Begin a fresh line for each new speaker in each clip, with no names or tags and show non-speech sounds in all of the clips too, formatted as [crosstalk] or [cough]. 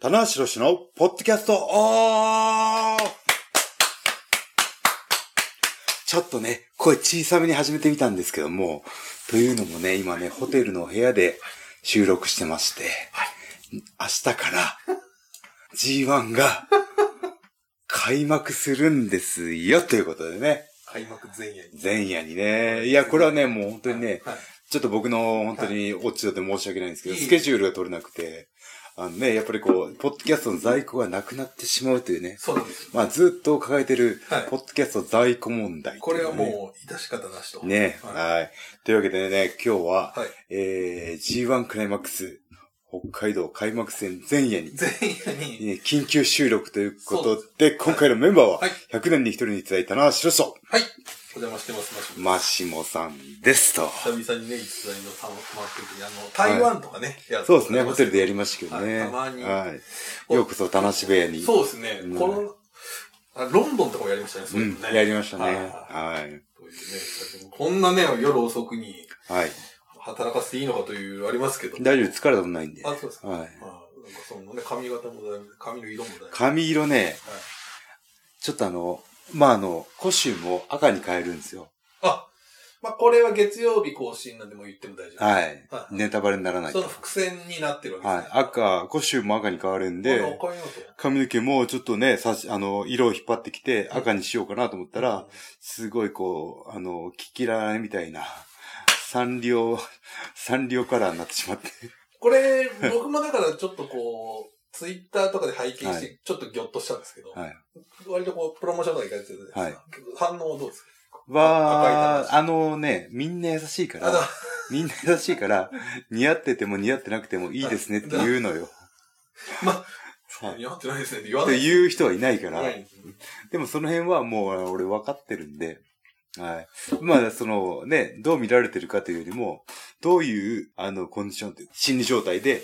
棚橋宏のポッドキャストオフちょっとね、声小さめに始めてみたんですけども、というのもね、今ね、ホテルの部屋で収録してまして、明日から G1 が開幕するんですよ、ということでね、
開幕前夜に。
前夜にね、いや、これはね、もう本当にね、
はい
ちょっと僕の本当に落ち度で申し訳ないんですけど、
いえいえ
スケジュールが取れなくて、あのね、やっぱりこう、ポッドキャストの在庫がなくなってしまうというね、
そうなんです。
まあずっと抱えてる
はい、
ポッドキャスト在庫問題、
これはもう、致し方なしと。
う。ね、
は
はい。というわけでね、今日は、
はい
えー、G1 クライマックス、北海道開幕戦前夜に
い。、前夜に、
えー緊急収録ということ
そ
で、今回のメンバーは、
はい
100年に一人にいただいたのは、白人、
はい。お邪魔してます、マシュ
マシモさんですと。
久々にね、一台の回ってる時に、あの、台湾とかね、や
そうですね、ホテルでや
る。
りましたけどね。
はいたまに
はい。ようこそ、田無部屋に。
そうですね
うん。
この、あロンドンとかもやりましたね、そう
う
い
ん
うの、ね。
やりましたね。
はい
はい。
というねだってこんなね、夜遅くに
はい。
働かせていいのかという、ありますけど。
大丈夫、疲れたことないんで。
あ、そうですか。
はい
まあ、なんかそのね、髪型もだいぶ、髪の色もだいぶ。
髪色ね、
はい
ちょっとあの、まあ、あの、コシュームを赤に変えるんですよ。
あ、まあ、これは月曜日更新なんでもう言っても大丈夫。
はい
は。い
ネタバレにならない。
そ
は
の伏線になってるわけ
い。赤、コシュームも赤に変わるん
ですね。あ
で、
これおか
髪の毛もちょっとね、さし、あの、色を引っ張ってきて赤にしようかなと思ったら、すごいこう、あの、キキララみたいな、サンリ [laughs] オ、サンリオカラーになってしまって。
これ、
[laughs]
僕もだからちょっとこう、ツイッターとかで拝見
は
して、ちょっとギョッとしたんですけど、
はい
割とこう、プロモーションとか行かれてるじゃないですか。反応どうです
は
赤い、玉
あのね、みんな優しいか
かあ
ら、みんな優しいから、似合ってても似合ってなくてもいいですねって言うの
[laughs]
よ。
の、 [laughs]
はい
似合ってないですねって言わ
っ
な
て
い。
言う人はいないから
な、い
でもその辺はもう俺分かってるんで、はい。まあ、そのね、どう見られてるかというよりも、どういう、あの、コンディションって、心理状態で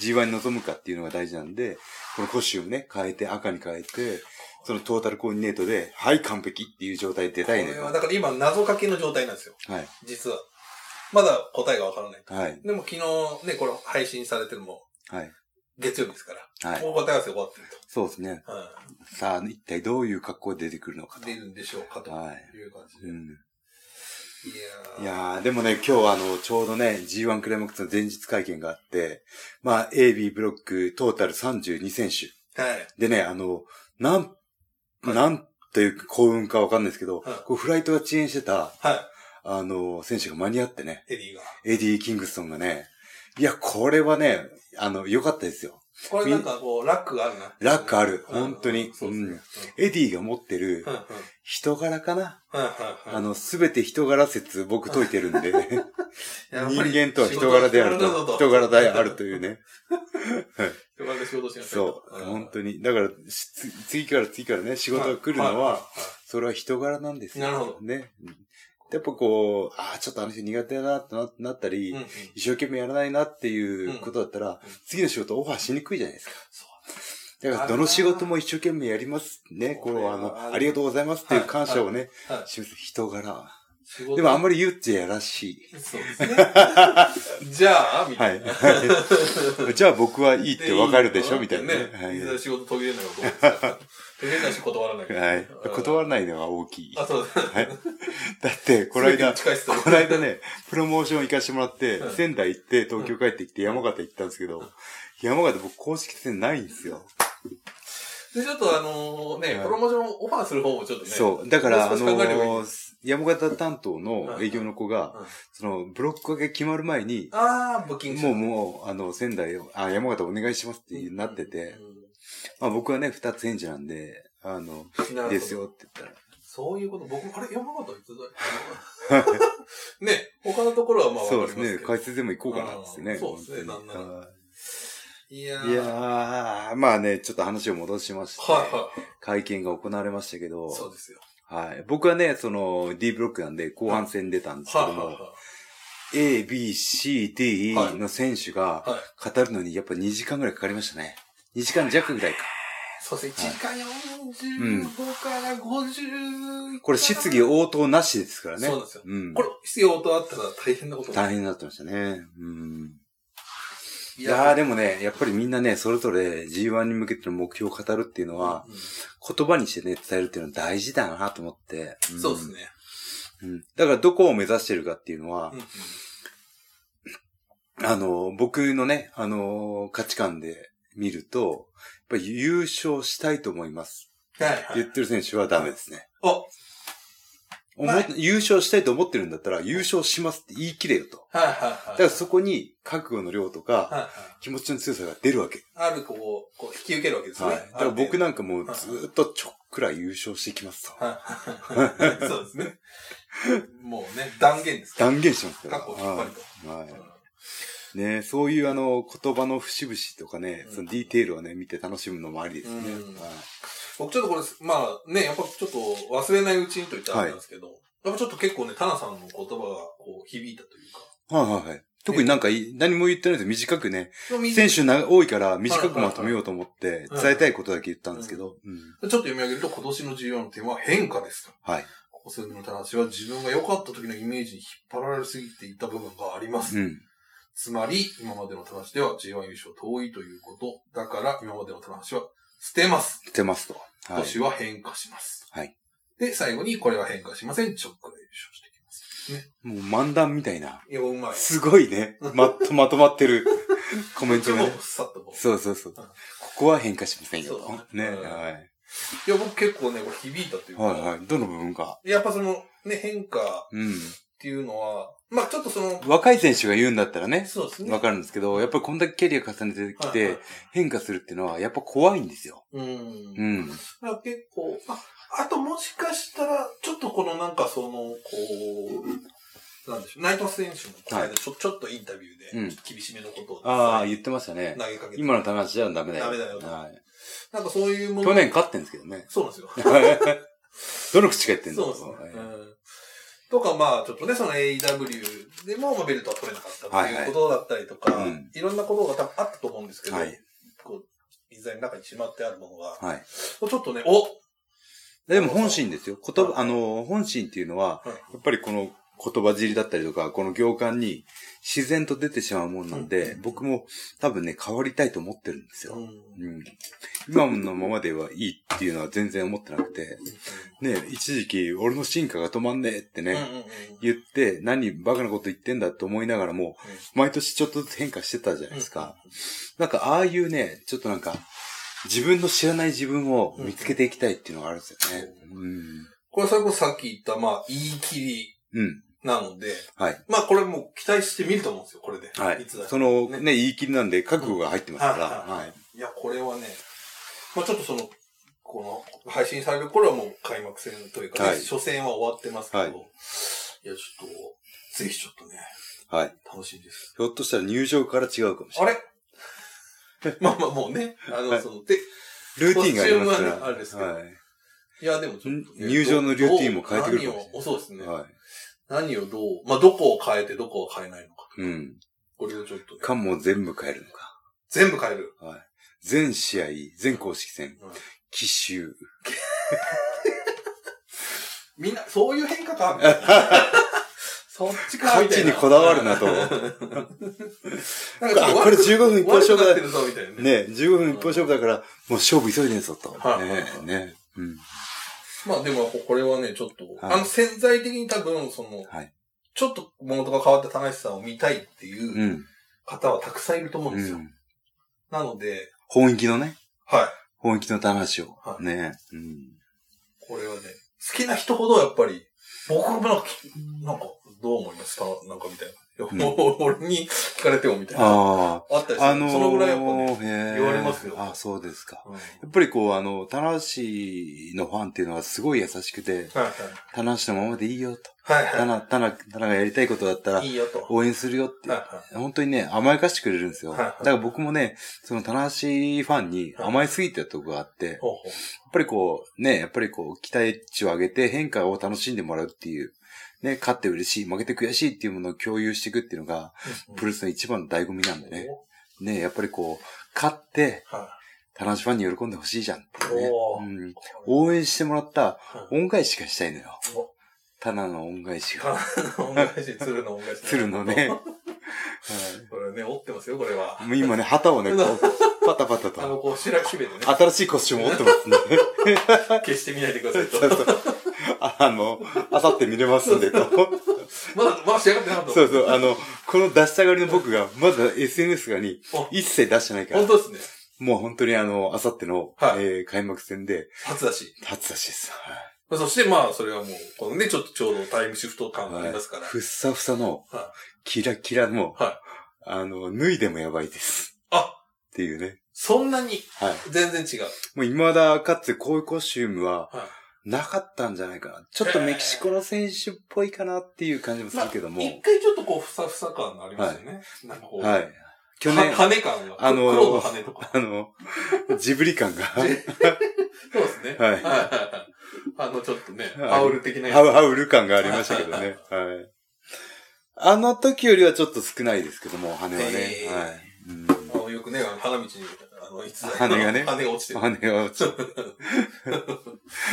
G1 に臨むかっていうのが大事なんで、このコシュームね、変えて、赤に変えて、そのトータルコーディネートで、はい、完璧っていう状態で出たい
こ
ね
れ。はだから今、謎かけの状態なんですよ。
はい。
実は。まだ答えがわからない。
はい。
でも昨日ね、これ配信されてるのも
はい。
月曜日ですから、
はい
もう答え合わせ終わってる
そうですね。
と。うん
さあ、一体どういう格好で出てくるのかと。
出るんでしょうかと
はい
いう感じ
う
で。い
んい
やー
やー、でもね、今日はあの、ちょうどね、G1 クライマックスの前日会見があって、まあ、A、B ブロック、トータル32選手。
はい。
でね、あの、なん、
はい
なんという幸運かわかんないですけど、
はい
こうフライトが遅延してた、
は
あの、選手が間に合ってね、
い。エディが。
エディ・キングストンがね、いや、これはね、あの、良かったですよ。
これなんかこう、ラックがあるな。
ラックある本当に
そうですね。
エディが持ってる
うんうんうん
人柄かな、
うん
あ
うん
の、すべて人柄説僕解いてる
[laughs]
んで、
やっ
人
ぱり
間とは人柄である
仕事は
と。
仕
人
事だ
柄であるというね。
人柄で仕事しなさい
そ
と。
う。本当に。だから、しつ次から次からね、仕事が来るの
はい
は、それは人柄なんですよ。
なるほど
ね。うんやっぱこう、ああ、ちょっとあの人苦手だな、とななったり、
いはいうんうん
一生懸命やらないなっていうことだったら、
うん
次の仕事オファーしにくいじゃないですか。
そう
だから、どの仕事も一生懸命やります。ね、こ
これ
う、
は
あ
あ
の、
の
ありがとうございますっていう感謝をね、
はい
示す人柄。
仕事
でも、あんまり言っちゃやらしい。
そうですね。じゃあ、み
は
たい
い
な。。 [laughs]
じゃあ僕はいいってわかるでしょみたいなね。
ね。いず
は
れ仕事途切れないことですから。変なし断らない。
い。はい。断
ら
らないのが大きい。
あ、そうです。
はい。だって、この間、
近いっすよ
この間ね、プロモーション行かしてもらって
う、ん
仙台行って、東京帰ってきて、山形行ったんですけど、山形僕公式戦ないんですよ。
で、ちょっとあのーね、
はい
プロモーションオファーする方もちょっとね。
そう。だから、あ
もう少し考えればいい
の、山形担当の営業の子
うん
が、その、ブロックが決まる前に、
ああ、ブッキング
もうもう、あの、仙台を、あ、山形お願いしますってなってて、まあ僕はね、二つ返事なんで、あの、
うんなるほど
ですよって言ったら、
そういうこと、僕、あれ、山形いつだ
[laughs]
いね、他のところはまあ
そう
わ
です
かります
ね
け、ど。
解説でも行こうかなっつってね。
あーそうですね
本当に
なんなら
はい
いや
い
ー。
や
はい
ー、まあね、ちょっと話を戻しまして、
はい。
会見が行われましたけど、
そうですよ。
はい。僕はね、その D ブロックなんで後半戦出たんですけ
はい
ど
はい
も、
は
A、B、C、D
はい
の選手が
い。はい。
語るのにやっぱ2時間ぐらいかかりましたね。2時間弱ぐらいか。
そうですね、1時間
うん
45から50。
これ質疑応答なしですからね。
そうなんですよ。
うん。
これ、必要とあったら大変なことになる
大変になってましたね。うん。い
い
やーでもね、やっぱりみんなね、それぞれ G1 に向けての目標を語るっていうのは、
う
言葉にしてね、伝えるっていうのは大事だなと思って。
んそうです
ね、
ね。
うん。だからどこを目指してるかっていうのは
う、んうん
あの、僕のね、あの、価値観で見ると、やっぱり優勝したいと思います。
はい
って
は
言
い。
ってる選手はダメですね。
お
おも
はい
優勝したいと思ってるんだったら、優勝しますって言い切れよと。
はいはいは
だ
い。
からそこに覚悟の量と
はい
か、
はい。
気持ちの強さが出るわけ。
ある子をこう引き受けるわけですね。
はい。だから僕なんかもう
はい
ずーっとちょっくらい優勝してきますと。
はい。そうですね。もうね、断言ですから。
断言しますから。
過去を引っ張ると。
は
うん
い。ねそういうあの、言葉の節々とかね、
うん
そのディテールをね、見て楽しむのもありですね。
うん
はい
僕ちょっとこれ、まあね、やっぱちょっと忘れないうちにと言ったらあれなんですけど、やっぱちょっと結構ね、タナさんの言葉がこう響いたというか、
はいはいはい。特になんかい何も言ってないです短くね、
でもみち
選
ょ
手な多いから短くまとめようと思って
はい
伝えたいことだけ言ったんですけど、うん
っと読み上げると、今年の重要なテーマは変化ですと。
はい。
ここ数年のタナ氏は自分が良かった時のイメージに引っ張られすぎていた部分があります。
うん。
つまり、今までの棚橋では G1 優勝遠いということ。だから、今までの棚橋は捨てます。
してますと。
今
はい。
年は変化します。
はい。
で、最後に、これは変化しません。ちょっくら優勝してきます。
もう漫談みたいな。
いや、うまい。
すごいね。まと、まとまって
[laughs]
るコメン
そ
ト
れ
が
も
ね。
さっとこう
そうそうそう。
うん
ここは変化しませんよ
そう
と。
だ
ね。
ねうん
はい。
いや、僕結構ね、これ響いたというか、
はいはい。どの部分か。
やっぱその、ね、変化
うん。
っていうのは、まあちょっとその、
若い選手が言うんだったらね、
そうですね。
わかるんですけど、やっぱりこんだけキャリア重ねてき
はいは
て
い、
変化するっていうのはやっぱ怖いんですよ。
う。
うんん。
まあ結構、あ、あともしかしたら、ちょっとこのなんかその、こう、なんでしょう、内藤選手もこの間ちょ、ちょっとインタビューで、
うん
ちょっと厳しめのことを、
ああ、言ってましたね。
投げかけて、
今の棚橋じゃダメだよ。
ダメだよ
はい。
なんかそういうもの。
去年勝ってんですけどね。
そうなんですよ。
どの口が言ってんだ
そ
ろ
うですね。う
はい
んとか、まあ、ちょっとね、その AEW でも、まあ、ベルトは取れなかったっていうことだったりとか、
はい
い
はい
ろんなことが多分あったと思うんですけど、
はい
こう、水材の中にしまってあるものが、
はい。
ちょっとね、お
でも本心ですよ。言葉、
はい
あの、本心っていうのは、
はい
やっぱりこの言葉尻だったりとか、この行間に自然と出てしまうもんなんで、
うん
僕も多分ね、変わりたいと思ってるんです
う
よ。
ん
うん。今のままではいいっていうのは全然思ってなくて、ね、一時期俺の進化が止まんねえってね、
うんうんうん
言って、何バカなこと言ってんだって思いながらも、毎年ちょっとずつ変化してたじゃないですか。なんか、ああいうね、ちょっとなんか、自分の知らない自分を見つけていきたいっていうのがあるんですよね。うん。
これそれこそさっき言った、まあ、言い切り
うん。
なので、
はい。
まあ、これもう期待してみると思うんですよ、これで。
はい。
つだって
その、
ね
ね、言い切りなんで、覚悟が入ってますから、
うんは
は
い
い。
いや、これはね、まあちょっとその、この、配信される頃はもう開幕戦というか、ね
はい
初戦は終わってますけど、
はい
い、や、ちょっと、ぜひちょっとね、
はい。
楽しいです。
ひょっとしたら入場から違うかもし
あ
れない。
れ [laughs] まあまあもうね、あの、
はい
その、で、
ルーティンがありますか
コスチュームはねあれですけ
ら。
ど
はい
や、でもちょっとね、
入場のルーティンも変えてくるか
か
も
も
しれない
そうです
い。
ね。
は
何をどう、まあどこを変えてどこを変えないのか。
い。うん。
これをちょっとね、
間も全部変えるのか。
全部変える。
はい。全試合、全公式戦、
うん
奇襲。
みんな、そういう変化かみた
[laughs]
いなそっちか
勝
みた
ち
い
に
な。
こだわる
[laughs]
なと。あ、
なんかちょっと
これ15分一本
悪く
勝負
なっ
だ
て。るぞみたいなね。
ね、15分一本勝負だから、もう勝負急いでんぞと。
はい
ねね。うん。
まあでも、これはね、ちょっと、
はい
あの、潜在的に多分、その、
はい。
ちょっと物とか変わった棚橋さんを見たいっていううん方はたくさんいると思うん
う
ですよ。
ん。
なので、
本気のね、
はい。
本気の話を。
はい
ね。うん。
これはね、好きな人ほどやっぱり、僕もなんか、なんか、どう思いますかなんかみたいな。いや俺に聞かれてもみたいな。あ
あ
ったりする。
あ。あのー、
そのぐらいやっぱね。
へー
言われますよ
あ、そうですか。
うんはい
やっぱりこう、あの、棚橋のファンっていうのはすごい優しくて、
はい。
棚橋のままでいいよと。
はいは
棚、棚、棚がやりたいことだったら
い。いいよと。
応援するよって
はい。は
本当にね、甘やかしてくれるんですよ。
はい
だから僕もね、その、棚橋ファンに甘えすぎてたとこがあって
い。、ほうほう
やっぱりこう、ね、やっぱりこう、期待値を上げて変化を楽しんでもらうっていう、ね、勝って嬉しい、負けて悔しいっていうものを共有していくっていうのが、プロレスの一番の醍醐味なんでね。ね、やっぱりこう、勝って、
は
田中ファンに喜んでほしいじゃんっていうね。
おー
うん
い。
応援してもらった
はい
恩返しがしたいのよ
お。
田中の恩返しが。
か恩返し、鶴の恩返し。
鶴のね。
これね、折ってますよ、これは。
もう今ね、旗をね、こう、パタパタ
あ
と。
の、こう、白きめてね、
新しいコスチューム持ってますんで。
[laughs] 消してみないでくださいと
そ。うそうあの、あさって見れますんで、と。
まだ、まだ仕上がってなかった。
そうそう、あの、この出したがりの僕が、まだ SNS がに
お、
一切出してないから
本、当ですね。
もう本当にあの、あさっての、
はい
えー開幕戦で、
初だし。
初出しです。はい
そして、まあ、それはもう、このね、ちょっとちょうどタイムシフト感がありますから。
ふっさふさの
は、
キラキラの、
はい
あの、脱いでもやばいです。
あ
っていうね。
そんなに、
はい。
全然違う。
もう未だかつてこういうコスチュームは
は
なかったんじゃないかな。ちょっとメキシコの選手っぽいかなっていう感じもするけども。
い。一回ちょっとこう、ふさふさ感がありますよね。なんかこう、
は。
はい
去年、
羽感が。
あのー
黒の羽とか。
あの、ジブリ感が、
そうですね。
はい
はいはいはい。あの、ちょっとね、
はい
ハウル的なや
ハウ
つ。
ハウル感がありましたけどね。はい。あの時よりはちょっと少ないですけども、羽はね。
えー
はい。うん
あの、よくね、あの花道に、あの、いつだ
羽がね
羽が落ちてる。
羽は、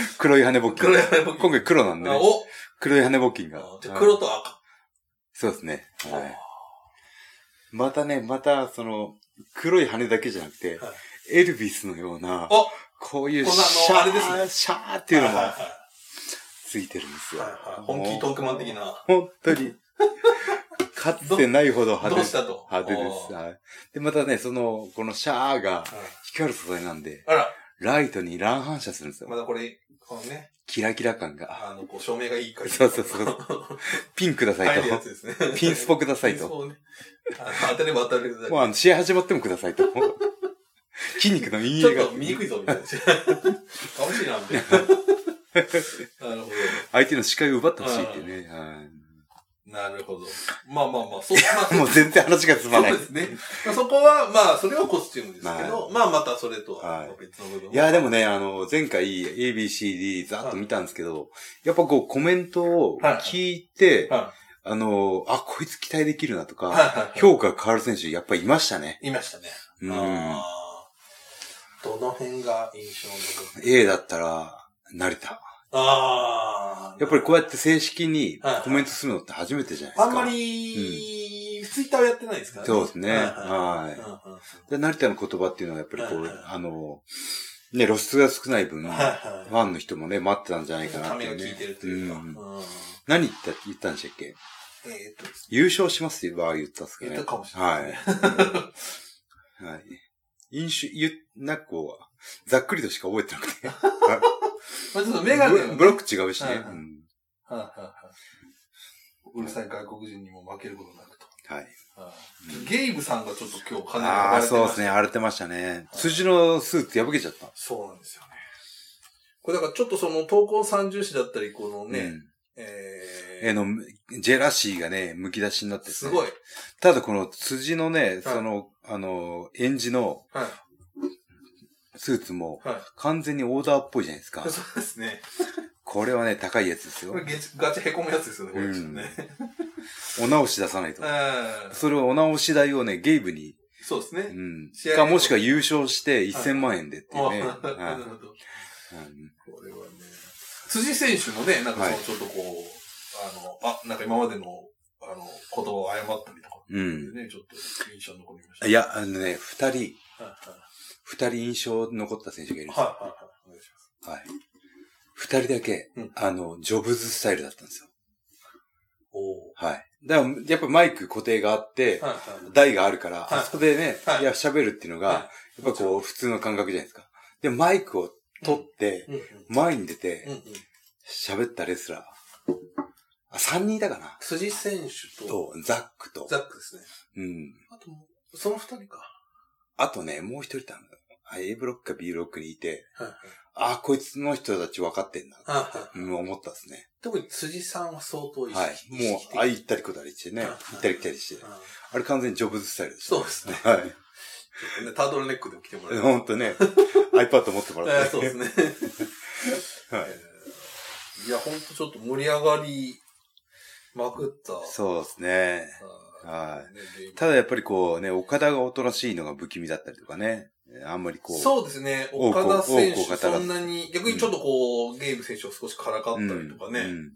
[laughs] 黒い羽募金。
黒い羽募金
今回黒なんで
あ
ね。
お
黒い羽募金が
あ。じゃあ
はい
黒と赤。
そうですね。はい。またね、また、その、黒い羽だけじゃなくて、
はい
エルビスのような
お、
こういう
こんなあの
シャー、
あれですね
シャーっていうの
はい
が
はいはい
ついてるんですよ
はいはい。本気トークマン的な。
本当に。かつてないほど派
ど
手
うしたと。
派手です。
あ
はい。で、またね、その、このシャーが
ーはい
光る素材なんで、
あら、
ライトに乱反射するんですよ。
まだこれ、このね、
キラキラ感が。
あの、こう、照明がいいから。
そうそう
[laughs]
そう。ピンくださ
入
い
るやつ
と。
ですね。
ピンスポください
ピンス
と。
ポをね。あの当たれば当たれるだ
もうあの、試合始 [laughs] まってもください
[laughs]
と。筋肉の陰
け。ちょ
影
っ
が
と見にくいぞ、み
[laughs]
たいな。楽しいな、みたいな。なるほ
相手の視界を奪ってほしいっていうね。はい
ど。なるほど。まあまあまあ、
[laughs]
そう、まあ、
もう全然話が進まない
そう。ですね。まあそこは、まあ、それはコスチュームですけど、まあまたそれと
は
はい別の部分。
いや、でもね、あの、前回 ABCD ざっと見たんですけど、やっぱこうコメントを聞いて、
は
あの、あ、こいつ期待できるなと
い、
か、
はいはいは
評価が変わる選手、やっぱいましたね。
い。いましたね。
うん。
あーどの辺が印象の
A だったら、成田。
ああ。
やっぱりこうやって正式に
はいはい
コメントするのって初めてじゃないですか。
あんまり、ツイッターをやってないですからね。
そうですね。
はい
は
はい
い。
うんうん
で、成田の言葉っていうのはやっぱりこ
は
う
いはい、
あの、ね、露出が少ない分、フ
はいは
ァンの人もね、待ってたんじゃない
い。
かな
た
って
め
い
を
うね。
聞いてるというか。
ん
うん
何言った言ったんでしたっけ
えっと、
優勝しますよは言ったっすかね。
言ったかもしれないです
はい。はい。印象、ゆ、なんかこう、ざっくりとしか覚えてなくて。
まあちょっとメガネ
ブ
の
ロ
ね
ブロック違うしね。
はいはい
うん
はいはいはいうるさい外国人にも負けることなくと。
はい。
はいゲイブさんがちょっと今日か
あ
な
あ、
り
そうです
ね。
ね。荒れてましたね。辻のスーツ破けちゃった。
そうなんですよね。これだからちょっとその闘魂三重視だったり、このね、
うん。え
えー
の、ジェラシーがね、剥き出しになってて
すごい。。
ただこの辻のね、その、あの、演じの
はい。
スーツも
は
完全にオーダーっぽいじゃないですか
い。。そうですね。
これはね、高いやつですよ
こ。れゲチガチへこむやつですよね、これちょっとね。
お直し出さないと
[laughs] う。ん
それをお直し代をね、ゲイブに
そうですね。
うん
試合。
か、
後
もしくは優勝して1000万円でっていうね。
あな
はい
るほど。
うん
これはね、辻選手のね、なんかそ
は
の
い
ちょっとこう、あの、あ、なんか今までの、あの、言葉を誤ったりとか、
うん。
ね、ちょっと印象に残りました。
い、や、あのね、二人、
はいはい
二人印象に残った選手がいるんですよ。
はいはい。お願いします。
はい。二人だけ
うん、
あの、ジョブズスタイルだったんですよ。
お
はい。だから、やっぱマイク固定があって
ー、はいはい。
台があるから、
はい
あそこでね
は、い
いや、喋るっていうのが
は、
やっぱこう、普通の感覚じゃないですか。で、マイクを取って、
うんうん
前に出
うんう
て、
ん
喋ったレスラー。あ、三人いたかな
辻選手と
と、ザックと
ザ、ックですね。
うん。
あともう、その二人か。
あとね、もう一人いたんだ。あ A ブロックか B ブロックにいて、
はいはい
ああ、こいつの人たち分かってんな。
はいはい
うん、思ったですね。
特に辻さんは相当意識
はい。もう、あ、
い。
行ったり来たりしてね。
はい
行ったり来たりして
う。ん
あれ完全にジョブズスタイルでした、
そうですね。
はい。
ちょっとねタートルネックでも来てもらって
ほんとね、iPad 持っても
[laughs]
らっ
えー
て。
そうですね。
[laughs] はい
いや、ほんとちょっと盛り上がりまくった。
そうですね。
あ
は
ーねゲーム
ただやっぱりこうね、岡田がおとなしいのが不気味だったりとかね。あんまりこう。
そうですね。
多く
岡田選
多く、
手
語らず
そんなに、逆にちょっとこう、ゲーム選手を少しからかった
うん。
りとかね。
うん
うん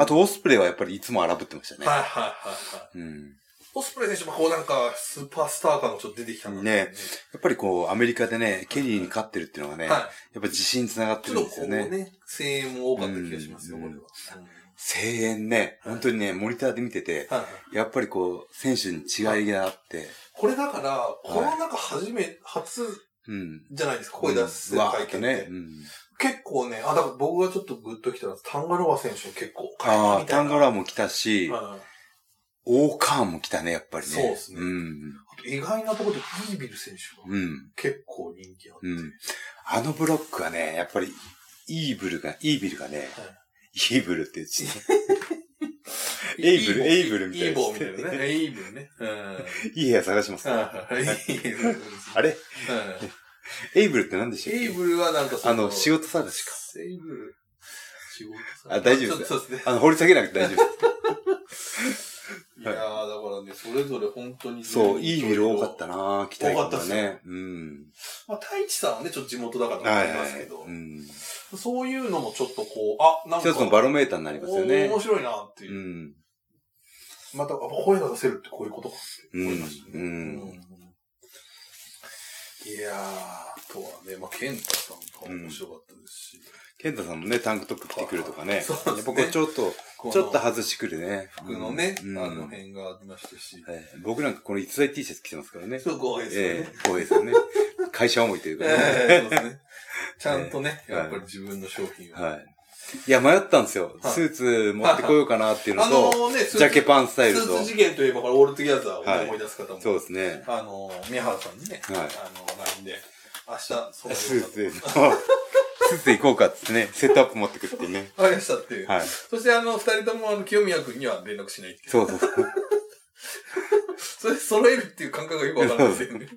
あ、と、オスプレイはやっぱりいつも荒ぶってましたね。
はいはいはいはい。
うん。
オスプレイ選手もこうなんか、スーパースター感がちょっと出てきたんだ
ねやっぱりこう、アメリカでね、ケニーに勝ってるっていうのはね、やっ
は
ぱ自信につながっ
い。
て
ち
る
ょ
んで
っと
す
こ
よ
う
ね。
ね、声援も多かった気がしますよ、
う
こ
ん
れは。うん
声援ね、本当にね、モニターで見てて、
はいはい。
やっぱりこう、選手に違いがあって、
これだから、この中初め、初
うん。
じゃないですか、声出す
わ
会
ーっ
見
と
っ
ね
て。。
うん、
結構ね、あ、だから僕がちょっとグッときたのは、タンガロア選手も結構、
ああ、
みた
タ
い
ン
な
ガラーも来たし、
はい
オーカーンも来たね、やっぱりね。
そうっすね
うん。
あと意外なところで、イービル選手が
うん。
結構人気あって。
うん。あのブロックはね、やっぱり、イーブルが、イービルがね、イーブルって言ってた
[laughs]
エイブルエイブルみたいな
イーボーみたいなね。エイブルね。
[laughs]
うん。
いい部屋探します、
はい
あれ
う
エイブルって何でした
ん
っけ
エイブルはなんか
あの、仕
事
事探しか。
エイブル。仕事さ
あ大丈夫です
ちょっとそうですね。
あの、掘り下げなくて大丈夫で
いやー、だからね、それぞれ本当にね。 [laughs]
す。そう、イービル多か
た
ったな期待感
多か
が
ったっ
ね。うん。
まあ、太一さんはね、ちょっと地元だから
は
わか
い
りま
はい
すけど、。
うん。
そういうのもちょっとこう、あ、なんか、
一つのバロメーターになりますよね
お。面白いなっていうう。
ん。
また、あ声が出せるってこういうことかって思いましたね。
うん
うんいやー、あとはね、まあ、健太さんが面白かったですし、
ケンタさんもね、タンクトップ着てくるとかね。
そうですね
やっぱこうちょっと、
この
ちょっと外してくるね。
服のね、
うん
あの辺がありましたし、
はい僕なんかこの逸材 T シャツ着てますからね。
すごいですよ
え
ね。
え、光栄ですよね。会社思いというかね。
ええそうですね。ちゃんとね、
ええ
やっぱり自分の商品を。
はい。いや、迷ったんですよ。
はい
スーツ持ってこようかなっていうの
あの
と、
ーね、ス
ジャケパンスタイル
スー
と
ツ。事件といえば、これ、オールトゥギャザーをね、
はい
思い出す方も。
そうですね。
あの、宮原さんにね、
はい
あの、LINE で、明日、そ
スーツで、スーツで行こうかっつってね、セットアップ持ってくっていうね。
わかりましたっていう。
はい。
そして、あの、二人とも、あの、清宮君には連絡しないっていう。
そうそうそう。
それ、揃えるっていう感覚がよくわからないですよね。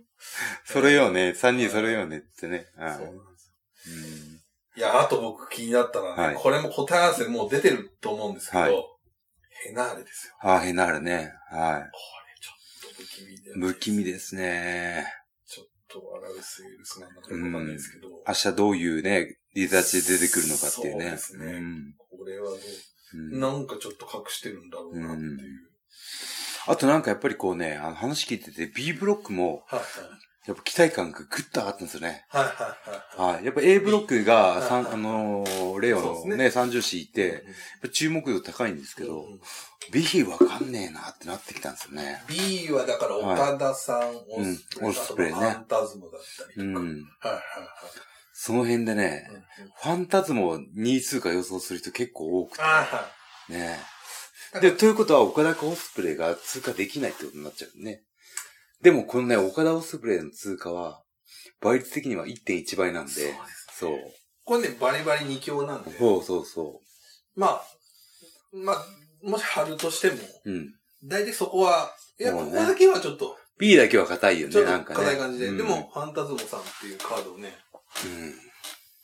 それようね、三人揃えようねってね。
そ
[laughs]
う
はい。
なん
う
ですよ
ん
いや、あと僕気になったのはね、
はい
これも答え合わせもう出てると思うんですけど、
はい
ヘナーレですよ。
ああ、へなるね。は
これちょっと不気味で。
い。不気味ですね。
ちょっと笑うセールスなんだかよくわかんないですけど、
明日どういうね、リザーチで出てくるのかっていうね。
そうですね
ん
これはどう、
うん
なんかちょっと隠してるんだろうなっていう。
あとなんかやっぱりこうね、あの話聞いてて B ブロックも、
はい
やっぱ期待感がぐっと上がったんですよね。
はいはいはいはい。
はい。やっぱ A ブロックが、さん
はい
あのーレオ
そう
の
です
ね、30子いて、やっ
うん
ぱ注目度高いんですけど
うん、
B わかんねえなってなってきたんですよね。
B はだから、岡田さん、オスプレ
うん
イ、
オスプレイね
あとファンタズムだったりと
う
か。はい
ん。
はい
その辺でね
はい。、うん
ファンタズムを2位通過予想する人結構多くて
あ、は
ね。
い。
で、ということは岡田かオスプレイが通過できないってことになっちゃうね。でもこのね、岡田オスプレイの通過は、倍率的には1.1倍なんで、
そうですね
そう。
これね、バリバリ二強なんで。
そうそうそ
まあ、まあ、もし貼るとしても、
う。うん。
大体そこは、いや、
も
こ
うね
こだけはちょっと、
B だけは硬いよ
ちょ
ね、
っ
なん
と
かね。
硬い感じで。
うん
でも、、ファンタズムさんっていうカードをね、
う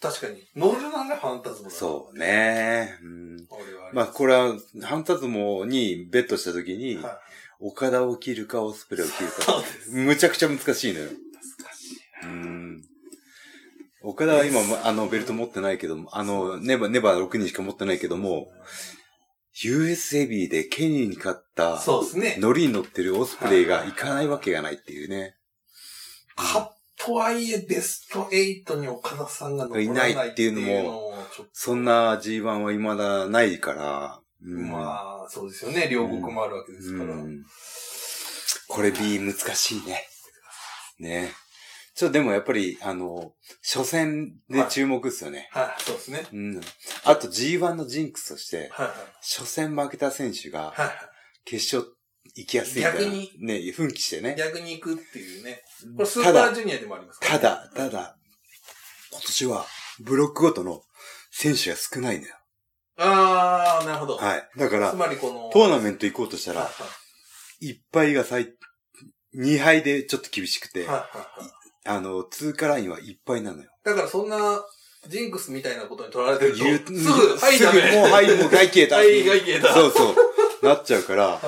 確かに、乗るならファンタズムだ
ん。
な
そう。ね。うん。
俺はあれ
まあ、これは、ハンタズモにベットした時に、
はい
岡田を切るかオスプレイを切るか。
そうです。
むちゃくちゃ難しいのよ。
難しい。
うん。岡田は今、あの、ベルト持ってないけども、あの、ネバ、ネバ6人しか持ってないけども、US ヘビーでケニーに勝った、
そうですね。
ノリに乗ってるオスプレイが行かないわけがないっていうね。
か、とはいえ、ベスト8に岡田さんが残らない
いないっていうのも
ってちょっと
そんな G1 は未だないから、うん
まあ、そうですよね。両国もあるわけですから。
うんこれ B 難しいね。ね。ちょっとでもやっぱり、あの、初戦で注目ですよね。
はい、そうですね。
うん。あと G1 のジンクスとして、
はい、
初戦負けた選手が
はい。は
決勝行きやすいから、
逆に
ね、奮起して
い。
ね。
逆に行くっていうね。これスーパ
た
ー
だ、
ジュニアでもありますか
た
ら
だ、ただ、今年はブロックごとの選手が少ないんだよ。
あー、なるほど。
はい。だから
つ、まりこの、
トーナメント行こうとした
は
ら、1敗が最、2敗でちょっと厳しく
い
て、
はいはいはい
あの、通過ラインはいっぱいなのよ。
だからそんな、ジンクスみたいなことに取られてると、
言う
すぐ、はい、
すぐ
ダメ。
もう、はい、もう外形だ。
はい外形だ
そうそう。なっちゃうから、
はい。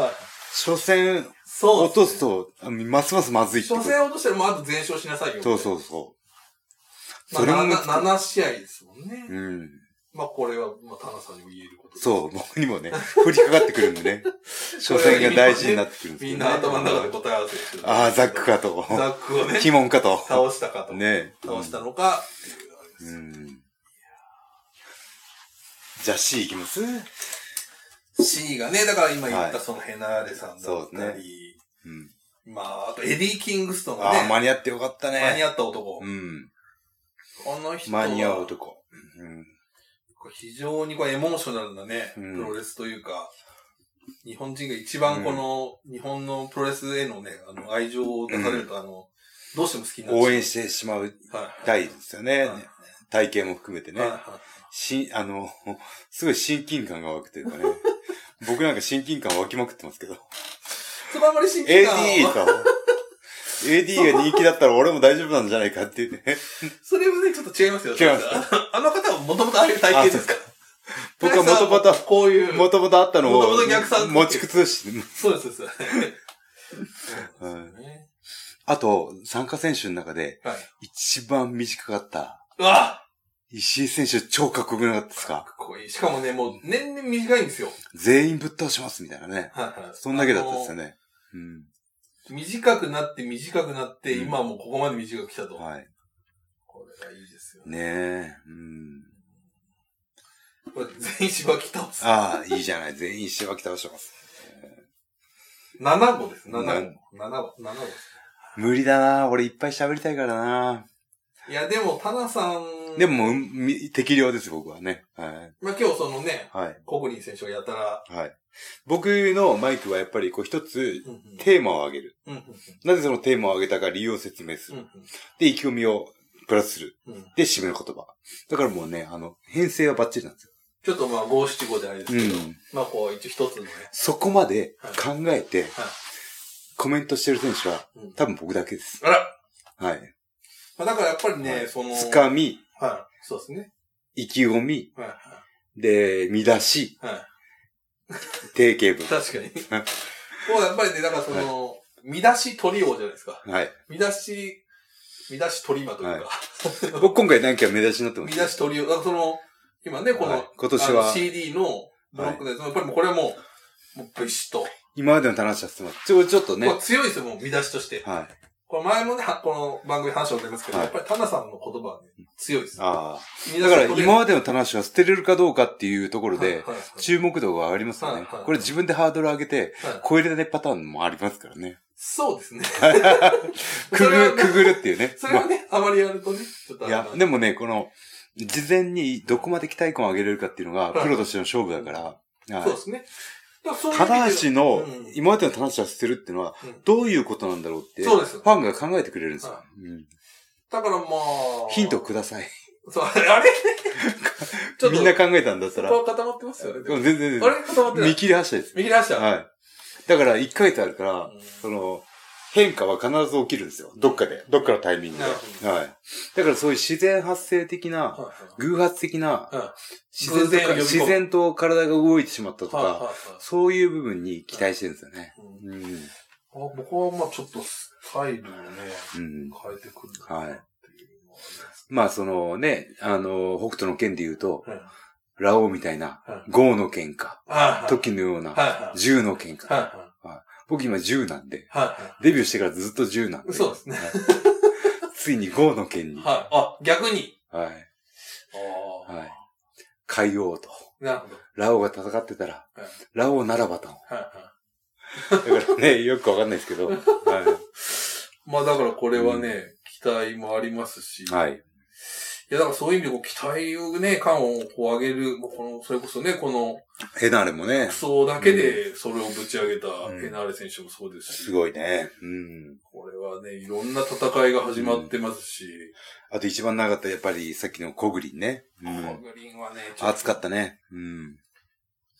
初戦
そう
落
っす
とす
ね。
と、あますますまずいってこ
初
と。
戦落としたらもうあと全勝しなさいよ。
そうそうそう。
ま
それも
あ、7試合ですもんね。
うん。
まあこれは、まあ、田中さんにも言えることです
そう、 [laughs] 僕にもね、降りかかってくるんで
[laughs]
ね。初戦が大事になってくるんです
み
けど、ね。
んな頭の中で答え合わせしてる。
ああ、ザックかと。
ザック
[laughs]
をね、
鬼門かと。
倒したかと。
ね
倒したのか、っていうあれです
うん。じゃあ C いきますう
C がね、だから今言っ
は
たそのヘナーレさんだ
そう
っ
です
た
ね
り、
ん。
まあ、あとエディ・キングストンが
ああ、
ね、
間に合ってよかったね。
間に合った男。
うん。
この人は
間に合う男。うん。
こう非常にこうエモーショナルなね、
うん
プロレスというか、日本人が一番この、日本のプロレスへのね、あの、愛情を出されると、あの、どうしても好きになっちゃう。
応援してしまう
はい
たいですよね。
はい
体型も含めてね。
はいはい
し、あの、 [laughs] すごい親近感が湧くと
[laughs]
いうかね。僕なんか親近感湧きまくってますけど。
そこあんまり親近
AD
感は
と。AD が人気だったら俺も大丈夫なんじゃないかっていう
[laughs]
ね。
それはね、ちょっと違いますよ。
違います
あの方はもともとああいう体型ですか
僕はもとも
平井さん
と、
こういう。
もともとあったの
もと
を
もと逆算
持ち崩して。
そうです、そうです。そうなんですよね。
あと、参加選手の中で
はい。
一番短かった
うわ
石井選手超かっこよくなかったです
か
か
っこいい。しかもね、もう年々短いんですよ。
全員ぶっ倒しますみたいなね。
はいはい。
そんだけだったんですよ
ね。
ね。うん。
短くなって短くなって、
うん
今はもうここまで短く来たと。
はい。
これがいいですよね。
ねえ。うん。
これ全員しばき倒す。
ああ、いいじゃない。全員石脇倒してます。
7号です。7号。
な
7号。7号です。
無理だな俺いっぱい喋りたいからない
や、でも、タナさん。
でも、もうみ適量です、僕はね。はい。
まあ今日そのね、
はい。
コグリン選手がやたら、
はい。僕のマイクはやっぱり、こう一つ、
うんうん
テーマを上げる。
うんうん
なぜそのテーマを上げたか理由を説明す
う
る。
ん
で、意気込みをプラスする。
うんうん
で、締めの言葉。だからもうね、あの、編成はバッチリなんですよ。
ちょっとまあ五七五であれですけど、
うん
まあこう一応一つのね、
そこまで考えて
はい、
コメントしてる選手は
うん、
多分僕だけです。
あら
はい。
まあだからやっぱりね、
はい
その、
つかみ、
はい、そうですね。
意気込み、
はい、は
で、見出し、
い、は
定型
い。確か [laughs] に。もうやっぱりね、だからその、見出し取り王じゃないですか。
文。はい。
見出し、見出し取り魔というか、
僕今回何か目出しになってま
見
す。
出し取り王、だからその、今ね、この、
はい今年
あの
は、
CD のブロックで、やっぱりもうこれはもう、もうビシッと。
今までの棚橋はすまんちょ、ちょっとね
これ。強いですよ、もう見出しとして。
はい。
これ前もね、はこの番組話を出ますけど、
はい
やっぱりタナさんの言葉はね、強いです。
ああ。
見出
だ
し
から
取り王
今までの棚橋は捨てれるかどうかっていうところ
はい
で、
はいはい
注目度が上がりますよ
はい
ね
はい。
これ自分でハードル上げて、
はい
超えれないパターンもありますからね。
そうですね。
く
それは
ぐ、くぐるっていうね。
それはね、あまりやるとね、ちょっ
まあ
とあ
い
れな
や
ん、で
でもね、この、事前にどこまで期待感を上げれるかっていうのが、
はい
プロとしての勝負だから。
そう
は
ですね。だからそう
い。
いう意
棚
味で
橋の
うん、
今までの棚橋は捨てるっていうのは
うん、
どういうことなんだろうって、
そう
フ
です。
ァンが考えてくれるんですよ
は。
うん
だからまあ。
ヒントください。
そう、あれ [laughs] ちょっと、
みんな考えたんだっ
そ
たら
こ、は固まってますよね。でも
全然全
あ
然。
れ固まってない
見。切り発車です。
見切らした。
はい。だから、1ヶ月あるか
う
ら、
ん
その、変化は必ず起きるんですよ。どっかで。どっかのタイミング
なるほ
で。はい。だからそういう自然発生的な、
はいはい
偶発的な
うん、
自然とか、
偶然を呼び込む
自然と体が動いてしまったと
はいはい
か、
はい
そういう部分に期待してるんですよね。
うん
うん。
あ僕はまあちょっとスタイルをね、
うん。
変えてくるな
はい
っていうのは
まあ、そのね、あの、北斗の剣で言うと、
あります。はい
ラオウみたいな
は、
豪の剣か、
はいはい。
時のような、
はいはい。
銃の剣
はい
か。
は
僕今銃なんで、
い。はいは
デビューしてからずっと銃なんで。
い。そうですね。
ついに豪の剣に。
はい。あ、逆に。
はい。
あ
はい。海王と。
あ。なるほど。
ラオウが戦ってたら
はい、
ラオウならばと。
はいはい。
だからね、 [laughs] よくわかんないですけど。は
まあだからこれはね、期待もありますし。
い。はい。
いや、だからそういう意味でこう、期待をね、感をこう上げる、この、それこそね、この、
ヘナーレもね
服、装だけでそれをぶち上げた
うん
ヘナーレ選手もそうですし、
すごいね。うん。
これはね、いろんな戦いが始まってますし、
あと一番長かった、やっぱりさっきのコグリンね。う
この
ん。
グリーンはね、ちょと
熱かったね。うん。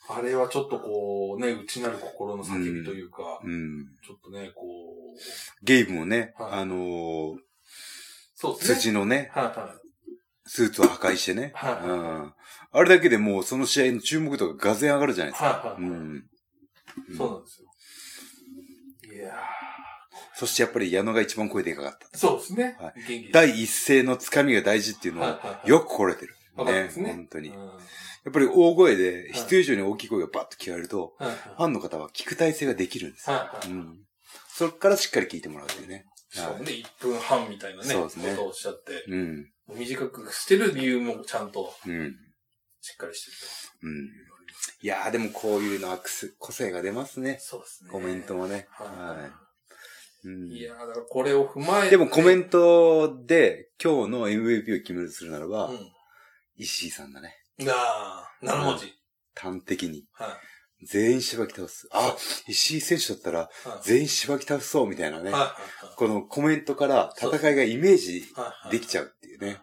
あれはちょっとこう、ね、内なる心の叫びというか、
うん。
ちょっとね、こう、
ゲイブもね、
はい
あのー、
そうですね。
辻のね、
はいは
スーツを破壊してね。
はい
うん。あれだけでもうその試合の注目度ががぜん上がるじゃない
い。
ですか。
は
う
いはい。
ん。
そうなんですよ。いや
そしてやっぱり矢野が一番声でかかった。
ーそうですね。
は
元気です
第一声のつかみが大事っていうの
はい
を
はいはい
よくこれてる。
わかりますね。
本当に。
う
や
んはい
っぱり大声で、
い
必要以上に大きい声がバッと聞かれると、
はい
ファンの方は聞く体制ができるんですよ。
はいは
う
い
ん。そっからしっかり聞いてもらうというね。
そうね、1分半みたいなね、
そう
こ
ですね
とをおっしゃって、
うん。
短くしてる理由もちゃんと
うん。
しっかりして
う
る
ん。いやーでもこういうのはくす個性が出ます
と。
ね。
そうですね。
コメントもね。
は
う
い。
ん、
いやーだからこれを踏まえて。
でもコメ
ン
ントで今日の MVP を決めるとするならば、
う
石井さんだね。
ん。ああ、7文字。
端的に。
はい。
全員しばき倒す。あ、石井選手だったら
はい
全員しばき倒そうみたいなね。
はい
このコメントから戦いがイメージ
はい。
できち
ゃ
ゃうっていうね。。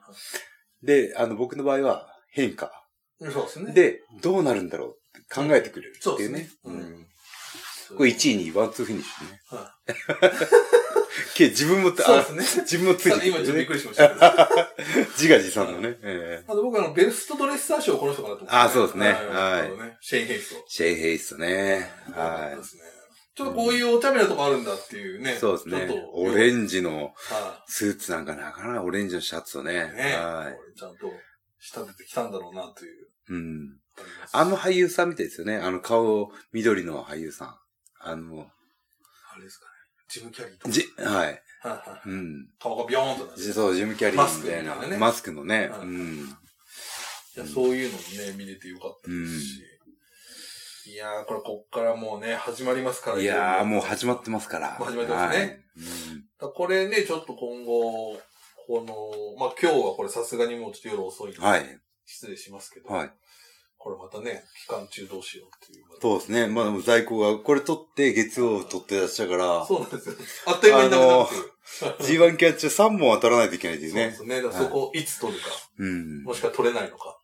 で、あの僕の場合は変化。
そうですね。、
で、どうなるんだろうって考えてくれるっていうね。
そうですね
うんこれ1位にワンツーフィニッシュね。 [laughs] け自分も、
そう
あ
ですね。
自分もつい
た
て
だ
きて
今ちょっとび
る
っく
ね。
りしま
[laughs]
したけど。あ
自画自賛のね。ええ
と僕あの、ベストドレッサー賞この人かなと思って。
あそうですね
は
はい
いはい。シェイン・ヘイスト。
シェイ・ヘイストね。は
そう
い
ですねちょっとこういうお茶目なとこあるんだっていうね。。
そうですね
ちょっと。
オレンジの
は
スーツなんかなかなかオレンジのシャツをね。
い。ね
は
これちゃんと仕立ててきたんだろうなという。
い。うん。あの、俳優さんみたいですよね。あの顔、緑の俳優さん。あの、
あれですかね。ジム・キャリーとか。
じ、はい。
はいはい
うん。
顔がビョーンとなって
じそう、ジム・キャリーみたい
マスクみたいな
な。
ね
マスクのね。
はい
うん。
いや、そういうのもね、見れてよかったですし。いやー、これ、こっからもうね、始まりますから
いやー、もう
は
始まってますから。
もう始まってますねだこれね、ちょっと今後、この、まあ、今日はこれさすがにもうちょっと夜遅いんで、
はい。うん
失礼しますけど、
はい。はい。
これまたね、期間中どうしようっていう。
そうですね。まあでも在庫が、これ取って、月曜取ってらっしゃるから、
そうなんですよ。あっという間になくなってくる。
G1 キャッチャー3本当たらないといけないっていう
そうで
ね
す。ね。だからそこをいつ取るか、
うん。
もしくは取れないのか。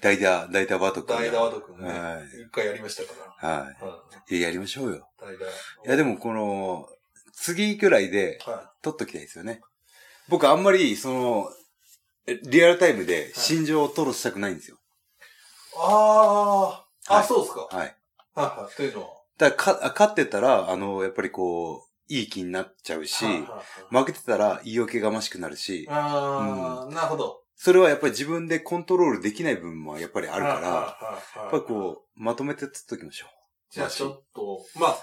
代打、代打バト君。
代打は特にね
は、
一回やりましたから。
い。は
うん
い。いや、やりましょうよ。
代打。
いや、でもこの、次くらいで
は
取っときたいですよね。僕あんまり、その、えリアルタイムで心情を吐露したくないんですよ。
い。あー、
は
あ、
い
そうですか。
はい。
はいはい。というのは。
だからか、勝ってたら、あの、やっぱりこう、いい気になっちゃうし、
はいはいはい
負けてたら言い訳がましくなるし、
ああ、なるほど。
それはやっぱり自分でコントロールできない部分もやっぱりあ
あ
るから、や
ら
っぱりこう、まとめて取っときましょう。
じゃあちょっと、まあ、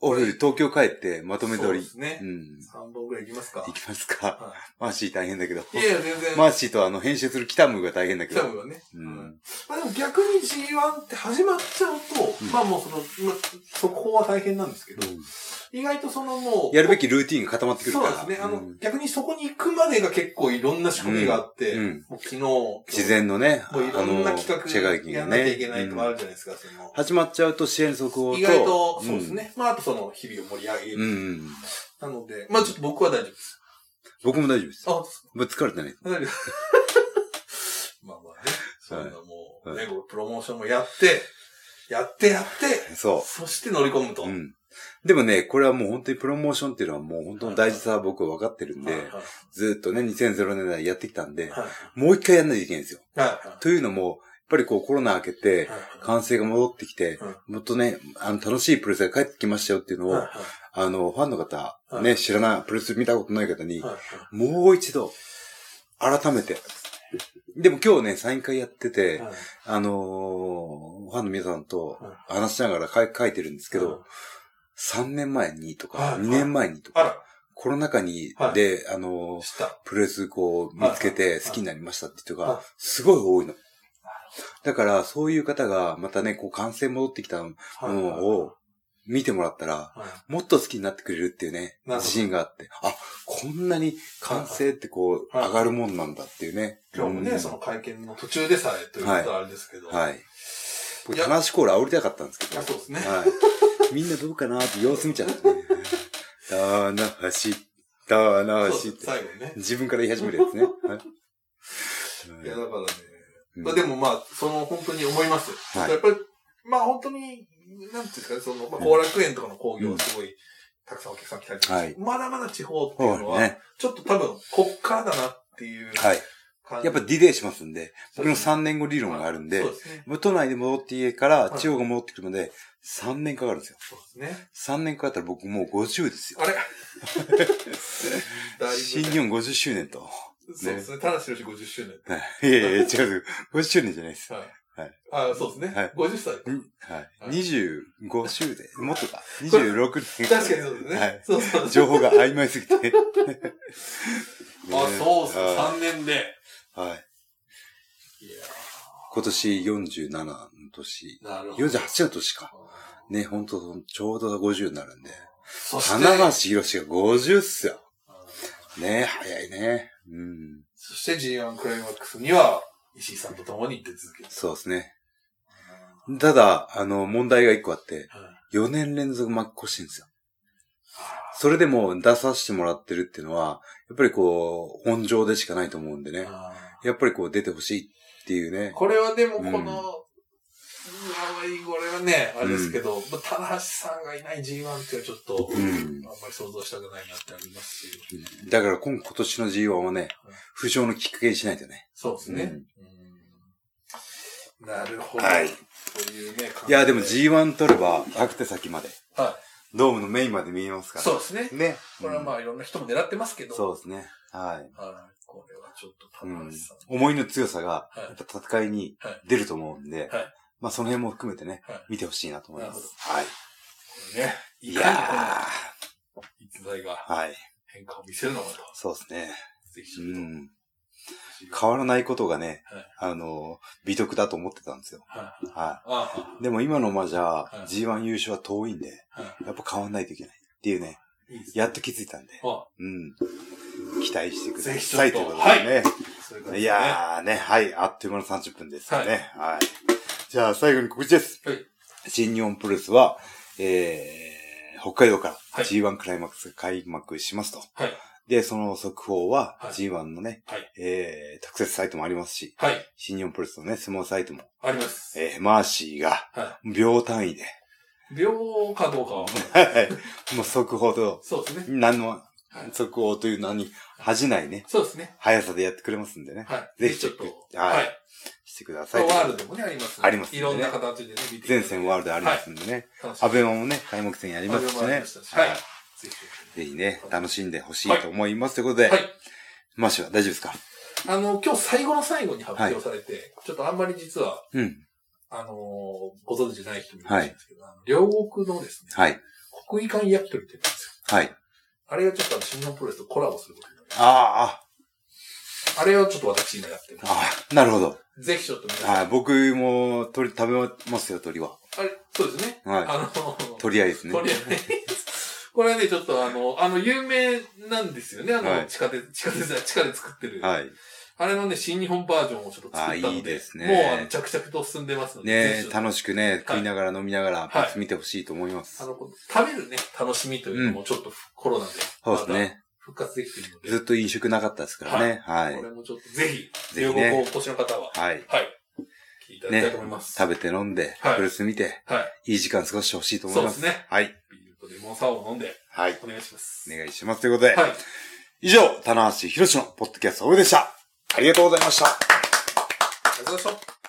俺、東京帰ってまとめており、
そうです
う
ね。
ん。
3本ぐらいいきますか
い。きますか。
は
マーシー大変だけど。
いいやいや、全然。
マ
ま
ーシーとあの、編集するキタムが大変だけど。
はね。
う
うん
ん。
まあでも逆に G1 って始まっちゃうと、
うん
まあもうその、まあ、速報は大変なんですけど、意外とそのもう、
やるべ
き
きルーティンが固まってくる
そ
か
う
ら。
ですね。あの、
うん
逆にそこに行くまでが結構いろんな仕組みがあって、
うん
もう昨日、
自然のね、
もういろんな企
チェガイキン
画や
が
んなきゃ
ね
いけないとかあるじゃないですか、そ
うん
の。
始まっちゃうと支援速報と。
意外と、そうですね。まあ、あとその、日々を盛り上げ
う
る
ん。うんうん。
なので、まあちょっと僕は大丈夫です。
僕も大丈夫です。
あ、そ
ぶつかれてない。
う大丈夫です。 [laughs] まあまあね、そういうのはもう、
は
ね、こうプロモーションもやって、やってやって、
そ
そして乗り込むと。
う。うん。でもね、これはもう本当にプロモーションっていうのはもう本当の大事さは僕は分かってるん
はいは
で
い、はい
ずっとね、2000年代やってきたんで、
はい
もう一回やんないといけないんですよ。
は
というのも、やっぱりこうコロナ明けて
い、はい
感染が戻ってきて、もっとね、あの、楽しいプロレスが帰ってきましたよっていうのを、
はいはい
あの、ファンの方、
はい
ね、知らない、プロレス見たことない方に、
はいはい
もう一度、改めて。でも今日ね、サイン会やってて、
はい
あのーファンの皆さんと
はい
話しながら書い書いてるんですけ
うん
ど、3年前にとか、
はい
2年前にと
あ
か、
ら、
コロナ禍に
は、い
で、あのー
知った。
プロレスこう見つけ
は
て
い
好きになりましたって人
は
がすごい多いの。だからそういう方がまたね、こう感染戻ってきたも
はいはい
のを見てもらったら、
はい
もっと好きになってくれるっていうね、
なるほど
自信があって、あ、こんなに完成ってこう
はいはい
上がるもんなんだっていうね。
今日も
う
ね、
ん
その会見の途中でさえということはあれですけど。い。
はい。僕、
いや
棚橋コール煽りたかったんですけど。
あそうですね
はい。みんなどうかなって様子見ちゃってね。棚橋、棚
そう
橋って。
最後にね。
自分から言い始めるやつね。はい
[laughs] いや、だからね、
うん
まあでもまあ、その本当に思います。
はい
やっぱり、まあ本当に、なんていうんですかね、その、まあ、後楽園とかの興行すごい、たくさんお客さん来たりとか、
はい
まだまだ地方っていうの
そう
は、
ね。
ちょっと多分、こっからだなっていう
はい。
感じ。
やっぱ
り、
ディレイしますんで、僕の3年後理論があるんで
そう、ですね。
もう都内で戻って家から地方が戻ってくるまで3年かかるんですよ。
そうですね。
3年かかったら僕もう50ですよ。 [laughs]
あれだいぶ
新日本50周年と。
そうですね。ただしろし50周年。
いやいや、違うです。50周年じゃないです。
はい。
はい
あそうですね。
はい
50歳。
には
はい
い。25周年。もっとか。26年。
確かにそうですね。
はい
そうそう。
情報が曖昧す
[laughs]
ぎて。 [laughs] ね
あ、そうっすね。
は
3年で。いや
いはい。今年47の年。
ーなるほど。
48の年か。ね、ほんと、ちょうど50になるんで。
そして、
花橋博士が50っすよ。
うん
ね、早いね。うん。
そして G1 クライマックスには、石井さんと共に出続ける。
そうですね。ただ、あの、問題が一個あって、
うん
4年連続巻き越してるんですよ。それでも出させてもらってるっていうのは、やっぱりこう、本情でしかないと思うんでね。
あ
やっぱりこう、出てほしいっていうね
ー。これはでもこの、
うん
うわこれはね、あれですけど、まあ棚橋さんがいない G1 っていうのはちょっと、
う
あん
ん。
まり想像したくないなってありますし。
だから今今年の G1 はね
うん、
不詳のきっかけにしないとね。
そうですね。うんなるほど。
はい
というね、
いや、でも
感じ
G1 取れば、アクテ先まで。
は
ドームのメインまで見えます
い。
から。
そうですね。
ね。
これはまあいろんな人も狙ってますけど。
そうですね。はい。
はい。これはちょっと棚
うん
橋さん。
思いの強さが、
はい
やっぱ戦いに
はい
出ると思うんで、
はい
まあその辺も含めてね、
はい
見てほしいなと思いま
なる
す。はい。
これね、い
い
かにこ
や
の逸材が
ー、はい。
変化を見せるのかと。
そうですね。
ぜひち
う
ょっと。
ん。変わらないことがね、
はい
あの、美徳だと思ってたんですよ。
はい
は
ああ
い。でも今のままじゃ
い、
G1 優勝は遠いんで、
は
やっぱ変わらないといけないっていうね、
いいですね。
やっと気づいたんで、
あ
うん。期待してくだ
ぜひちょ
さ
っ
い
と
ということでね。
そういう感じですね
いやーね、はい、あっという間の30分ですよね。はい。じゃあ最後に告知です。
はい
新日本プロレスは、えー、北海道か
は
ら
い
G1 クライマックスが開幕しますと。
はい
で、その速報は
はい
G1 のね、
はい
えー、特設サイトもありますし、
はい。
新日本プロレスのね、相撲サイトも、
あります。
えー、マーシーが
は
秒単位で、
秒かどうかは。
はい、もう速報と、
そうですね。
何の
はい、
速報という名に恥じないね、
そうですね。
速さでやってくれますんでね、
はい。
ぜひ
ち
チ
ょっ
ェック
と。
はい
はい。
してくだ
ワ
さい。
ールドもね、ありますね
ありますね
いろんな形でね、見て
全線ワールドありますんでね。アベマもね、開幕戦やり
り
ますしね。
はい。
は
ぜ
いぜひね、楽しんでほしいと思います。ということ
ひ。
で、
はい。
マッシュは大丈夫ですか
あの、今日最後の最後に発表されて、ちょっとあんまり実は、
うん。
あのー、ご存知ない人もいるんですけど、あの両国のですね、
はい。
国技館焼き鳥って言うんですよ。
はい。
あれがちょっとあの新日本プロレスとコラボすることになります。
あ
あれをちょっと私今やって
あ、
ま
ああ、なるほど。
す。ぜひちょっと皆さん。
はい。僕も鳥食べますよ、鳥は。
あれ、そうですね。
は
あの
い。、とりあえずね。
とりあえずこれはね、ちょっとあの、あの、有名なんですよね。あの、
はい
地下鉄、地下鉄だ、地下で作ってる。
はい。
あれのね、新日本バージョンをちょっと作ったので。
あいいですね
もう、あの、着々と進んでますので。ぜ
ね
ひちょっ
楽しくね、食いながら飲みながら、パッツ見てほしいと思いま
とあ
す。
の、こう食べるね、楽しみというのもちょっとコロナで。
そうです
まだ
ね。
復活できてるので。
ずっと飲食なかったですからね。はい
こ。れもちょっと、ぜひ、
ぜ
両
ひ
国
ね
をお越しの方は、
はい。
はい。聞いていただきたいと思います。
食べて飲んで、
はい
プロレス見て、
はい。
いい時間過ごしてほしいと思います。
そうですね
はい。
ビールとレモンサワーを飲んで、
はい。
お願いします。
お願いします。ということで、
はい。
以上、棚橋博士のポッドキャストオフでした。ありがとうございました。
ありがとうございました。